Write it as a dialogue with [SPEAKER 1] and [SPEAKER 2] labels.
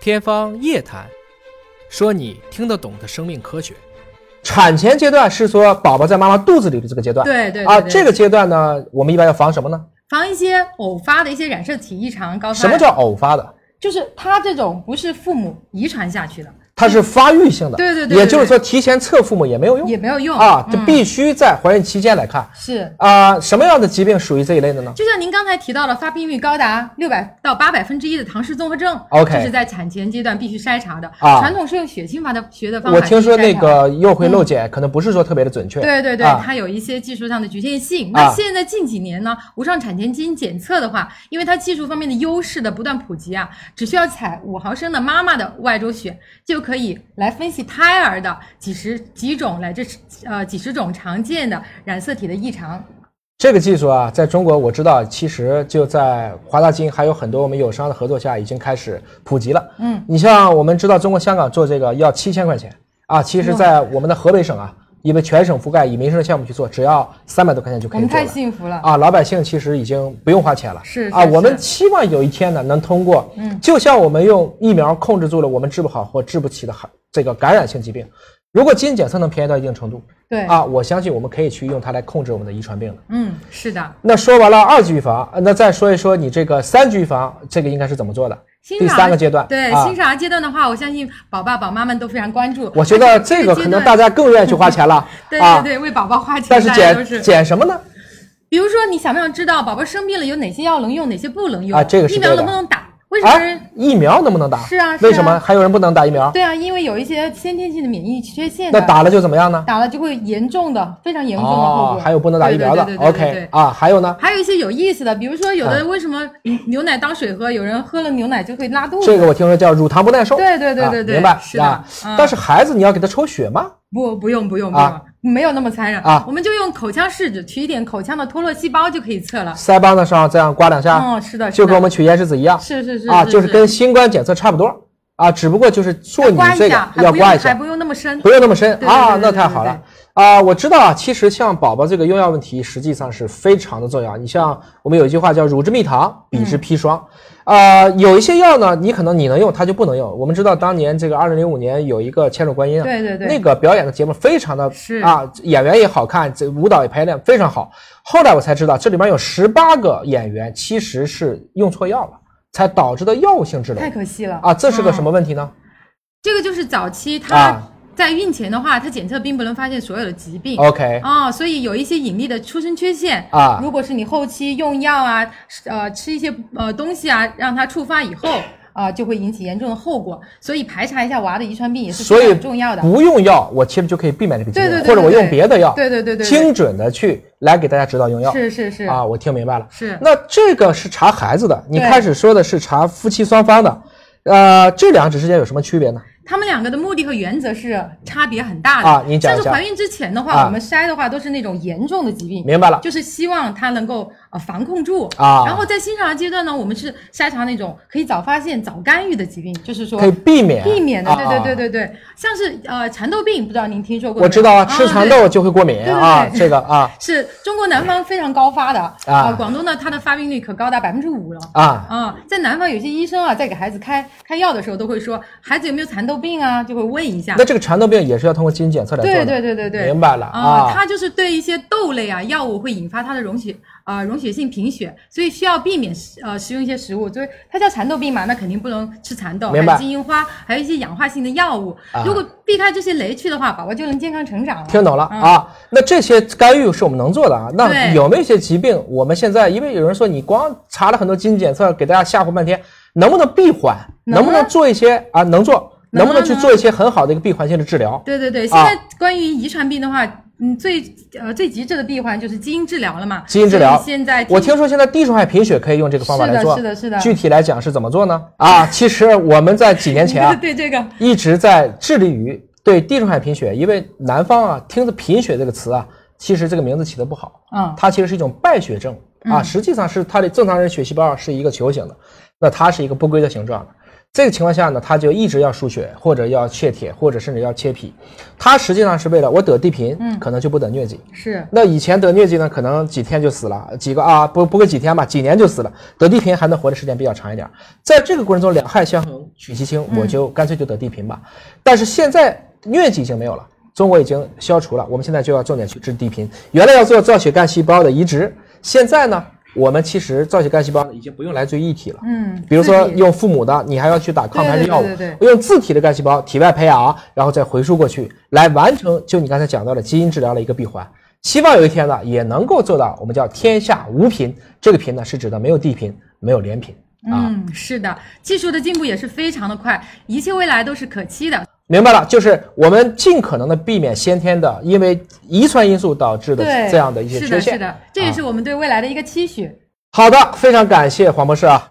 [SPEAKER 1] 天方夜谭，说你听得懂的生命科学。
[SPEAKER 2] 产前阶段是说宝宝在妈妈肚子里的这个阶段，
[SPEAKER 3] 对对对
[SPEAKER 2] 啊，
[SPEAKER 3] 对
[SPEAKER 2] 这个阶段呢，我们一般要防什么呢？
[SPEAKER 3] 防一些偶发的一些染色体异常高发。
[SPEAKER 2] 什么叫偶发
[SPEAKER 3] 嗯
[SPEAKER 2] 的？
[SPEAKER 3] 就是它这种不是父母遗传下去的，
[SPEAKER 2] 它是发育性的，
[SPEAKER 3] 对对对对
[SPEAKER 2] 也就是说提前测父母也没有用，
[SPEAKER 3] 也没有用
[SPEAKER 2] 啊，这
[SPEAKER 3] 嗯
[SPEAKER 2] 必须在怀孕期间来看
[SPEAKER 3] 是。
[SPEAKER 2] 啊、什么样的疾病属于这一类的呢？
[SPEAKER 3] 就像您刚才提到了发病率高达六百到八百分之一的唐氏综合症
[SPEAKER 2] OK
[SPEAKER 3] 这是在产前阶段必须筛查的。
[SPEAKER 2] 啊
[SPEAKER 3] 传统是用血清法的学的方法
[SPEAKER 2] 我
[SPEAKER 3] 去筛查。
[SPEAKER 2] 听说那个又会
[SPEAKER 3] 嗯
[SPEAKER 2] 漏检，可能不是说特别的准确。
[SPEAKER 3] 对对对，
[SPEAKER 2] 啊
[SPEAKER 3] 它有一些技术上的局限性。那
[SPEAKER 2] 啊
[SPEAKER 3] 现在近几年呢，无创产前基因检测的话，因为它技术方面的优势的不断普及啊，只需要采五毫升的妈妈的外周血，就可以来分析胎儿的几十几种乃至呃几十种常见的染色体的异常。
[SPEAKER 2] 这个技术啊，在中国我知道，其实就在华大基因还有很多我们友商的合作下，已经开始普及了。
[SPEAKER 3] 嗯，
[SPEAKER 2] 你像我们知道，中国香港做这个要七千块钱啊，其实，在我们的河北省啊，因为全省覆盖，以民生的项目去做，只要三百多块钱就可
[SPEAKER 3] 我
[SPEAKER 2] 以
[SPEAKER 3] 们
[SPEAKER 2] 做
[SPEAKER 3] 太
[SPEAKER 2] 了。
[SPEAKER 3] 幸福了。
[SPEAKER 2] 啊，老百姓其实已经不用花钱了，
[SPEAKER 3] 是
[SPEAKER 2] 啊，
[SPEAKER 3] 是
[SPEAKER 2] 我们
[SPEAKER 3] 是
[SPEAKER 2] 期望有一天呢能通过，
[SPEAKER 3] 嗯
[SPEAKER 2] 就像我们用疫苗控制住了我们治不好或治不起的寒这个感染性疾病，如果基因检测能便宜到一定程度
[SPEAKER 3] 对，
[SPEAKER 2] 啊，我相信我们可以去用它来控制我们的遗传病了。
[SPEAKER 3] 嗯，是的。
[SPEAKER 2] 那说完了二级预防，呃那再说一说你这个三级预防，这个应该是怎么做的？
[SPEAKER 3] 新
[SPEAKER 2] 第
[SPEAKER 3] 生
[SPEAKER 2] 三
[SPEAKER 3] 儿
[SPEAKER 2] 个阶段
[SPEAKER 3] 对、
[SPEAKER 2] 啊
[SPEAKER 3] 新生儿阶段的话，我相信宝爸宝妈们都非常关注。
[SPEAKER 2] 我觉
[SPEAKER 3] 而
[SPEAKER 2] 得
[SPEAKER 3] 且
[SPEAKER 2] 这个可
[SPEAKER 3] 阶
[SPEAKER 2] 能
[SPEAKER 3] 段
[SPEAKER 2] 大家更愿意去花钱了
[SPEAKER 3] 对
[SPEAKER 2] 啊
[SPEAKER 3] 对，对，为宝宝花钱，
[SPEAKER 2] 但是
[SPEAKER 3] 大家都是
[SPEAKER 2] 减减什么呢？
[SPEAKER 3] 比如说，你想不想知道宝宝生病了有哪些药能用，哪些不能用？
[SPEAKER 2] 啊这个是
[SPEAKER 3] 疫苗
[SPEAKER 2] 对的
[SPEAKER 3] 能不能打？为什
[SPEAKER 2] 啊
[SPEAKER 3] 么人？，
[SPEAKER 2] 疫苗能不能打？
[SPEAKER 3] 是啊是
[SPEAKER 2] 为什么
[SPEAKER 3] 啊
[SPEAKER 2] 还有人不能打疫苗？
[SPEAKER 3] 对啊，因为有一些先天性的免疫缺陷
[SPEAKER 2] 那
[SPEAKER 3] 的，
[SPEAKER 2] 打了就怎么样呢？
[SPEAKER 3] 打了就会严重的，非常严重的后
[SPEAKER 2] 哦
[SPEAKER 3] 果。，
[SPEAKER 2] 还有不能打疫苗的
[SPEAKER 3] 对对对对对对
[SPEAKER 2] ，OK 啊，还有呢，
[SPEAKER 3] 还有一些有意思的，比如说有
[SPEAKER 2] 啊
[SPEAKER 3] 的为什么牛奶当水喝，有人喝了牛奶就会拉肚子。
[SPEAKER 2] 这个我听说叫乳糖不耐受，
[SPEAKER 3] 对对对对
[SPEAKER 2] 啊
[SPEAKER 3] 对
[SPEAKER 2] 明白
[SPEAKER 3] 是的
[SPEAKER 2] 啊
[SPEAKER 3] 嗯
[SPEAKER 2] 但是孩子你要给他抽血吗？
[SPEAKER 3] 不不用不用不用、
[SPEAKER 2] 啊
[SPEAKER 3] 没有那么残忍
[SPEAKER 2] 啊
[SPEAKER 3] 我们就用口腔试纸取一点口腔的脱落细胞就可以测了。
[SPEAKER 2] 腮帮子上这样刮两下，
[SPEAKER 3] 哦，是的，是的
[SPEAKER 2] 啊就跟我们取咽拭子一样
[SPEAKER 3] 是是是
[SPEAKER 2] 啊，
[SPEAKER 3] 是
[SPEAKER 2] 就是跟新冠检测差不多啊，只不过就是做你
[SPEAKER 3] 刮一
[SPEAKER 2] 这个
[SPEAKER 3] 下，还
[SPEAKER 2] 要
[SPEAKER 3] 不
[SPEAKER 2] 刮
[SPEAKER 3] 用
[SPEAKER 2] 一
[SPEAKER 3] 还
[SPEAKER 2] 下，
[SPEAKER 3] 不用那么深
[SPEAKER 2] 不。用那么深
[SPEAKER 3] 对对对
[SPEAKER 2] 啊，
[SPEAKER 3] 对
[SPEAKER 2] 那
[SPEAKER 3] 对
[SPEAKER 2] 太
[SPEAKER 3] 对
[SPEAKER 2] 好
[SPEAKER 3] 对
[SPEAKER 2] 了。啊，我知道啊，其实像宝宝这个用药问题，实际上是非常的重要。你像我们有一句话叫“乳之蜜糖，
[SPEAKER 3] 嗯
[SPEAKER 2] 彼之砒霜”，啊，有一些药呢，你可能你能用，它就不能用。我们知道当年这个二零零五年有一个《千手观音》啊，
[SPEAKER 3] 对对对
[SPEAKER 2] 那个表演的节目非常的
[SPEAKER 3] 是
[SPEAKER 2] 啊，演员也好看，这舞蹈也排练非常好。后来我才知道，这里面有十八个演员其实是用错药了，才导致的药物性质
[SPEAKER 3] 太
[SPEAKER 2] 的
[SPEAKER 3] 可惜了
[SPEAKER 2] 啊，这是个
[SPEAKER 3] 嗯
[SPEAKER 2] 什么问题呢？
[SPEAKER 3] 这个就是早期它
[SPEAKER 2] 啊
[SPEAKER 3] 在孕前的话，它检测并不能发现所有的疾病。
[SPEAKER 2] OK
[SPEAKER 3] 哦，所以有一些隐匿的出生缺陷
[SPEAKER 2] 啊
[SPEAKER 3] 如果是你后期用药啊，呃，吃一些呃东西啊，让它触发以后啊、就会引起严重的后果。所以排查一下娃的遗传病也是
[SPEAKER 2] 所
[SPEAKER 3] 非
[SPEAKER 2] 以
[SPEAKER 3] 常重要的。
[SPEAKER 2] 不用药，我其实就可以避免这个疾病，
[SPEAKER 3] 对对对
[SPEAKER 2] 或者我
[SPEAKER 3] 对对
[SPEAKER 2] 用别的药，
[SPEAKER 3] 对对对对对
[SPEAKER 2] 精准的去来给大家指导用药。
[SPEAKER 3] 是是是
[SPEAKER 2] 啊，我听明白了。
[SPEAKER 3] 是
[SPEAKER 2] 那这个是查孩子的，你
[SPEAKER 3] 对
[SPEAKER 2] 开始说的是查夫妻双方的，呃，这两者之间有什么区别呢？
[SPEAKER 3] 他们两个的目的和原则是差别很大的
[SPEAKER 2] 啊您讲一
[SPEAKER 3] 甚至
[SPEAKER 2] 下
[SPEAKER 3] 怀孕之前的话，
[SPEAKER 2] 啊
[SPEAKER 3] 我们筛的话都是那种严重的疾病，
[SPEAKER 2] 明白了
[SPEAKER 3] 就是希望它能够呃防控住
[SPEAKER 2] 啊
[SPEAKER 3] 然后在新生儿阶段呢，我们是筛查那种可以早发现、早干预的疾病，就是说
[SPEAKER 2] 可以避免
[SPEAKER 3] 避免的。
[SPEAKER 2] 啊
[SPEAKER 3] 对对对对对，像是呃蚕豆病，不知道您听说过没有？
[SPEAKER 2] 我知道啊，
[SPEAKER 3] 啊，
[SPEAKER 2] 吃蚕
[SPEAKER 3] 对
[SPEAKER 2] 豆就会过敏
[SPEAKER 3] 对
[SPEAKER 2] 啊，
[SPEAKER 3] 对
[SPEAKER 2] 这个啊
[SPEAKER 3] 是中国南方非常高发的啊、呃广东呢，它的发病率可高达百分之五了。
[SPEAKER 2] 啊，
[SPEAKER 3] 啊、在南方有些医生啊，在给孩子开开药的时候，都会说孩子有没有蚕豆病啊，就会问一下
[SPEAKER 2] 那。这个蚕豆病也是要通过基因检测来做的。
[SPEAKER 3] 对对对对对，
[SPEAKER 2] 明白了
[SPEAKER 3] 啊、
[SPEAKER 2] 啊
[SPEAKER 3] 它就是对一些豆类啊药物会引发它的溶血啊、溶血性贫血，所以需要避免食呃食用一些食物，所以它叫蚕豆病嘛，那肯定不能吃蚕豆，还
[SPEAKER 2] 明白
[SPEAKER 3] 有金银花，还有一些氧化性的药物。
[SPEAKER 2] 啊
[SPEAKER 3] 如果避开这些雷区的话，宝宝就能健康成长了。
[SPEAKER 2] 听懂了
[SPEAKER 3] 嗯
[SPEAKER 2] 啊，那这些干预是我们能做的啊。那
[SPEAKER 3] 对
[SPEAKER 2] 有没有一些疾病，我们现在因为有人说你光查了很多基因检测，给大家吓唬半天，能不能闭环？
[SPEAKER 3] 能啊
[SPEAKER 2] 能不能做一些啊？能做，
[SPEAKER 3] 能
[SPEAKER 2] 能
[SPEAKER 3] 啊
[SPEAKER 2] 不能去做一些很好的一个闭环性的治疗？
[SPEAKER 3] 对对对，现
[SPEAKER 2] 啊
[SPEAKER 3] 在关于遗传病的话，嗯，最呃最极致的闭环就是基因治疗了嘛。
[SPEAKER 2] 基因治疗
[SPEAKER 3] 所以现在
[SPEAKER 2] 我听说现在地中海贫血可以用这个方法
[SPEAKER 3] 是的
[SPEAKER 2] 来做，
[SPEAKER 3] 是的是的
[SPEAKER 2] 具体来讲是怎么做呢？啊，其实我们在几年前啊，
[SPEAKER 3] 对这个
[SPEAKER 2] 一直在致力于对地中海贫血，因为南方啊听着贫血这个词啊，其实这个名字起的不好，
[SPEAKER 3] 嗯
[SPEAKER 2] 它其实是一种败血症啊，实际上是它的正常人血细胞是一个球形的，那它是一个不规则形状的。这个情况下呢，它就一直要输血，或者要切铁，或者甚至要切脾。它实际上是为了我得地贫，
[SPEAKER 3] 嗯
[SPEAKER 2] 可能就不得疟疾。
[SPEAKER 3] 是
[SPEAKER 2] 那以前得疟疾呢，可能几天就死了，几个啊不不过几天吧，几年就死了。得地贫还能活的时间比较长一点，在这个过程中两害相衡取其轻，
[SPEAKER 3] 嗯
[SPEAKER 2] 我就干脆就得地贫吧。但是现在疟疾已经没有了，中国已经消除了，我们现在就要重点去治地贫。原来要做造血干细胞的移植，现在呢，我们其实造血干细胞已经不用来自于一体了。
[SPEAKER 3] 嗯，
[SPEAKER 2] 比如说
[SPEAKER 3] 自己
[SPEAKER 2] 用父母的，你还要去打抗排斥药物；
[SPEAKER 3] 对对对
[SPEAKER 2] 用自体的干细胞体外培养，然后再回输过去，来完成就你刚才讲到的基因治疗的一个闭环。希望有一天呢，也能够做到我们叫天下无贫。这个贫呢，是指的没有地贫，没有廉贫啊。
[SPEAKER 3] 嗯，是的，技术的进步也是非常的快，一切未来都是可期的。
[SPEAKER 2] 明白了，就是我们尽可能的避免先天的因为遗传因素导致的
[SPEAKER 3] 对，
[SPEAKER 2] 这样的一些
[SPEAKER 3] 是
[SPEAKER 2] 缺
[SPEAKER 3] 的，是
[SPEAKER 2] 陷。啊
[SPEAKER 3] 的，这也是我们对未来的一个期许。
[SPEAKER 2] 好的，非常感谢黄博士啊。